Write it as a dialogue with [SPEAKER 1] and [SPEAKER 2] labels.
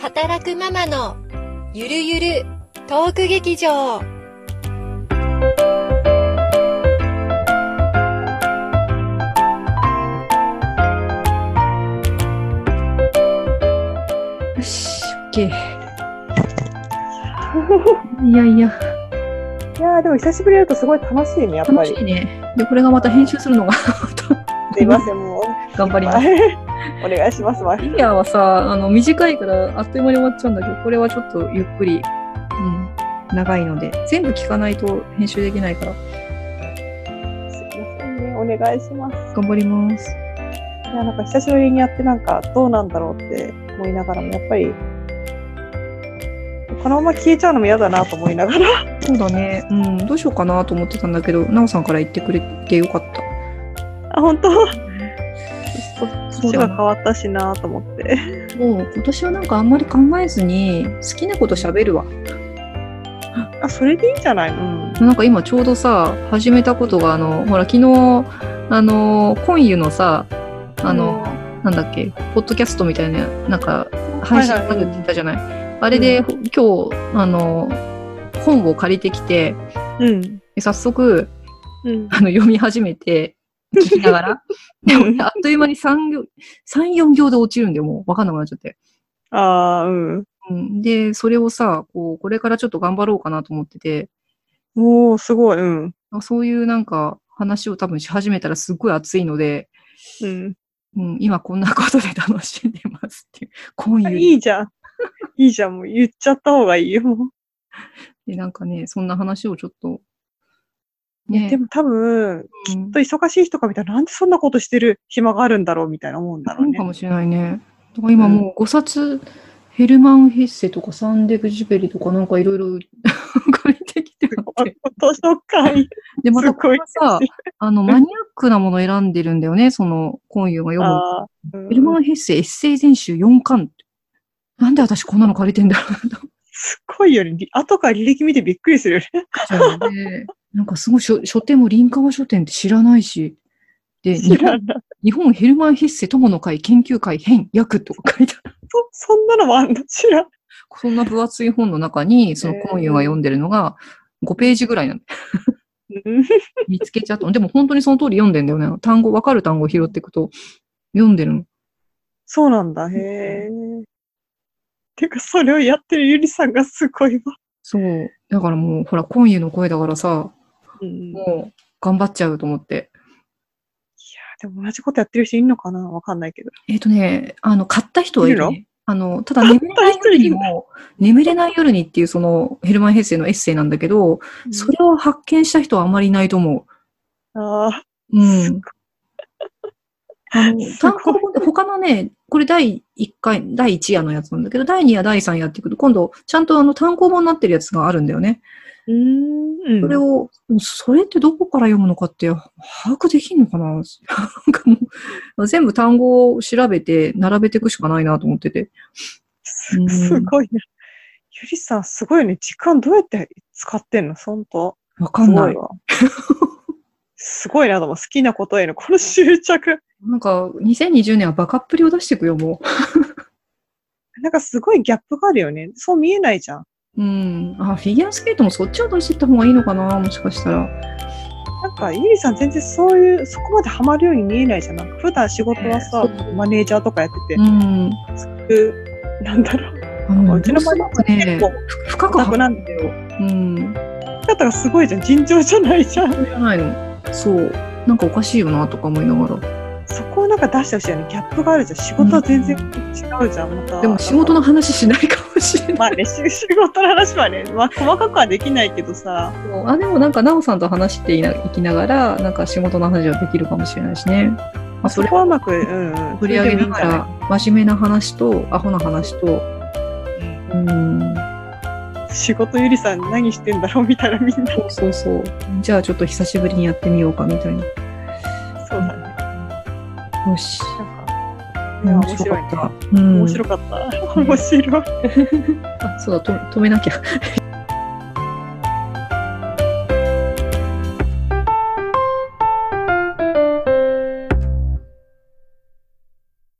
[SPEAKER 1] 働くママのゆるゆるトーク劇場
[SPEAKER 2] よし、オッケー。いやいや、
[SPEAKER 3] いやーでも久しぶりだとすごい楽しいね、やっぱ
[SPEAKER 2] 楽し
[SPEAKER 3] り。
[SPEAKER 2] いね。で、これがまた編集するのが
[SPEAKER 3] すいません、もう。
[SPEAKER 2] 頑張ります。
[SPEAKER 3] はい お願いします。まあ
[SPEAKER 2] リアはさ、あの、短いからあっという間に終わっちゃうんだけど、これはちょっとゆっくり、うん、長いので、全部聞かないと編集できないから、
[SPEAKER 3] すいませんね、お願いします。
[SPEAKER 2] 頑張ります。
[SPEAKER 3] いや、なんか久しぶりにやってなんかどうなんだろうって思いながらも、やっぱり、このまま消えちゃうのも嫌だなと思いながら。
[SPEAKER 2] そうだね。うん、どうしようかなと思ってたんだけど、なおさんから言ってくれてよかった。
[SPEAKER 3] あ、本当
[SPEAKER 2] そう
[SPEAKER 3] 年
[SPEAKER 2] だ
[SPEAKER 3] が
[SPEAKER 2] な
[SPEAKER 3] 変わったしなと思って。
[SPEAKER 2] もう今年はなんかあんまり考えずに、好きなこと喋るわ。
[SPEAKER 3] あ、それでいいんじゃないうん。
[SPEAKER 2] なんか今ちょうどさ始めたことがあのほら昨日あの今湯のさあの、なんだっけポッドキャストみたいななんか配信
[SPEAKER 3] は
[SPEAKER 2] さ
[SPEAKER 3] いは
[SPEAKER 2] れ
[SPEAKER 3] い
[SPEAKER 2] てたじゃない、あれで、今日あの本を借りてきて
[SPEAKER 3] うん。
[SPEAKER 2] で早速
[SPEAKER 3] うん。
[SPEAKER 2] あの読み始めて聞きなが らでもねあっという間に3行34行で落ちるんでもう分かんなくなっちゃって。
[SPEAKER 3] ああ、うん。
[SPEAKER 2] うん、で、それをさ、こう、これからちょっと頑張ろうかなと思ってて、
[SPEAKER 3] おー、すごい。うん。
[SPEAKER 2] あそういうなんか話を多分し始めたらすっごい熱いので、
[SPEAKER 3] うん。
[SPEAKER 2] うん、今こんなことで楽しんでますっていう、今
[SPEAKER 3] あ
[SPEAKER 2] 夜
[SPEAKER 3] いいじゃん。いいじゃん。もう言っちゃった方がいいよ。
[SPEAKER 2] でなんかね、そんな話をちょっと、
[SPEAKER 3] でも多分、
[SPEAKER 2] うん、
[SPEAKER 3] と忙しい人かみたいな、なんでそんなことしてる暇があるんだろうみたいな思うんだろ
[SPEAKER 2] そうう
[SPEAKER 3] ね
[SPEAKER 2] か。もしれないね。だから今もう5冊、ヘルマン・ヘッセとかサンデグジュベリとかなんかいろ いろ借りてきて もらって。
[SPEAKER 3] 図書館
[SPEAKER 2] で、また
[SPEAKER 3] す
[SPEAKER 2] こ
[SPEAKER 3] ご
[SPEAKER 2] れ
[SPEAKER 3] い
[SPEAKER 2] がさ、あの、マニアックなもの選んでるんだよね、その、今夜が読む。
[SPEAKER 3] あーうん
[SPEAKER 2] ヘルマン・ヘッセエッセイ全集4巻。なんで私こんなの借りてんだろうなと
[SPEAKER 3] すごいよね。り後から履歴見てびっくりするよね。
[SPEAKER 2] ちゃうので、なんかすごい書書店も林川書店って知らないし、で、
[SPEAKER 3] 知
[SPEAKER 2] 日
[SPEAKER 3] ら
[SPEAKER 2] 本
[SPEAKER 3] ない。
[SPEAKER 2] 日本ヘルマン・ヘッセ友の会研究会編訳とか書いてある。
[SPEAKER 3] そそんなのもあんだ。知らん。
[SPEAKER 2] そんな分厚い本の中に、その今夜が読んでるのが5ページぐらいなの。
[SPEAKER 3] うん
[SPEAKER 2] 見つけちゃったの。でも本当にその通り読んでんだよね。単語、わかる単語を拾っていくと、読んでるの。
[SPEAKER 3] そうなんだ。へえ。てか、それをやってるゆりさんがすごいわ。
[SPEAKER 2] そう。だからもう、ほら、今夜の声だからさ、
[SPEAKER 3] うん、いや、
[SPEAKER 2] もう、頑張っちゃうと思って。
[SPEAKER 3] でも同じことやってる人いるのかなわかんないけど。
[SPEAKER 2] えっ、とね、あの、買った人はいる、
[SPEAKER 3] い
[SPEAKER 2] ね。あの、ただ眠れない夜にも、眠れない夜にっていうそのヘルマン・ヘッセのエッセイなんだけど、それを発見した人はあまりいないと思
[SPEAKER 3] ああ、
[SPEAKER 2] う。うん。あの、
[SPEAKER 3] すごい
[SPEAKER 2] 単行本で他のね、これ第1回、第1夜のやつなんだけど、第2夜、第3夜っていくと、今度、ちゃんとあの単行本になってるやつがあるんだよね。
[SPEAKER 3] うーん。うん
[SPEAKER 2] それを、それってどこから読むのかって把握できんのかななんかもう、全部単語を調べて、並べていくしかないなと思ってて。
[SPEAKER 3] す
[SPEAKER 2] うん
[SPEAKER 3] すごいな。ゆりさん、すごいね。時間どうやって使ってんのそんと。
[SPEAKER 2] わかんな
[SPEAKER 3] す
[SPEAKER 2] い。
[SPEAKER 3] ごわ。すごいな、でも好きなことへのこの 執着。
[SPEAKER 2] なんか、2020年はバカっぷりを出していくよ、も
[SPEAKER 3] なんかすごいギャップがあるよね。そう見えないじゃん。
[SPEAKER 2] う。うん。あ、フィギュアスケートもそっちを出していった方がいいのかな、もしかしたら。
[SPEAKER 3] なんか、ゆりさん全然そういう、そこまでハマるように見えないじゃん。なんか普段仕事はさ、
[SPEAKER 2] そう
[SPEAKER 3] マネージャーとかやってて
[SPEAKER 2] う、ん。
[SPEAKER 3] うなんだろう。
[SPEAKER 2] あの、
[SPEAKER 3] うちの場合
[SPEAKER 2] もの
[SPEAKER 3] は
[SPEAKER 2] すごくね
[SPEAKER 3] 結構、
[SPEAKER 2] ふ深く
[SPEAKER 3] オタ
[SPEAKER 2] は
[SPEAKER 3] クなんだよ。
[SPEAKER 2] うん。
[SPEAKER 3] 方がすごいじゃん。尋常じゃないじゃん。
[SPEAKER 2] そうじゃないの。そう。なんかおかしいよな、とか思いながら。
[SPEAKER 3] そこをなんか出してほしいよね。ギャップがあるじゃん。仕事は全然違うじゃん。また。
[SPEAKER 2] でも仕事の話しないかもしれない。
[SPEAKER 3] まあね、 し仕事の話はね、まあ、細かくはできないけどさ、
[SPEAKER 2] あ、でもなんか、なおさんと話していないきながら、なんか仕事の話はできるかもしれないしね。まあ、
[SPEAKER 3] そ
[SPEAKER 2] それ
[SPEAKER 3] こはうまく、うん、うん。
[SPEAKER 2] 振り上げなが
[SPEAKER 3] それでもいいんじゃない
[SPEAKER 2] ら、真面目な話と、アホな話と、うん。
[SPEAKER 3] 仕事ゆりさん何してんだろうみたいなみんな。
[SPEAKER 2] そうそうそう。じゃあちょっと久しぶりにやってみようかみたいな。
[SPEAKER 3] そうだね。
[SPEAKER 2] よし。
[SPEAKER 3] なんか、い
[SPEAKER 2] 面
[SPEAKER 3] や面
[SPEAKER 2] 白
[SPEAKER 3] 白い
[SPEAKER 2] かった。うん
[SPEAKER 3] 面白かった。面白い。
[SPEAKER 2] あ、そうだ、と止めなきゃ。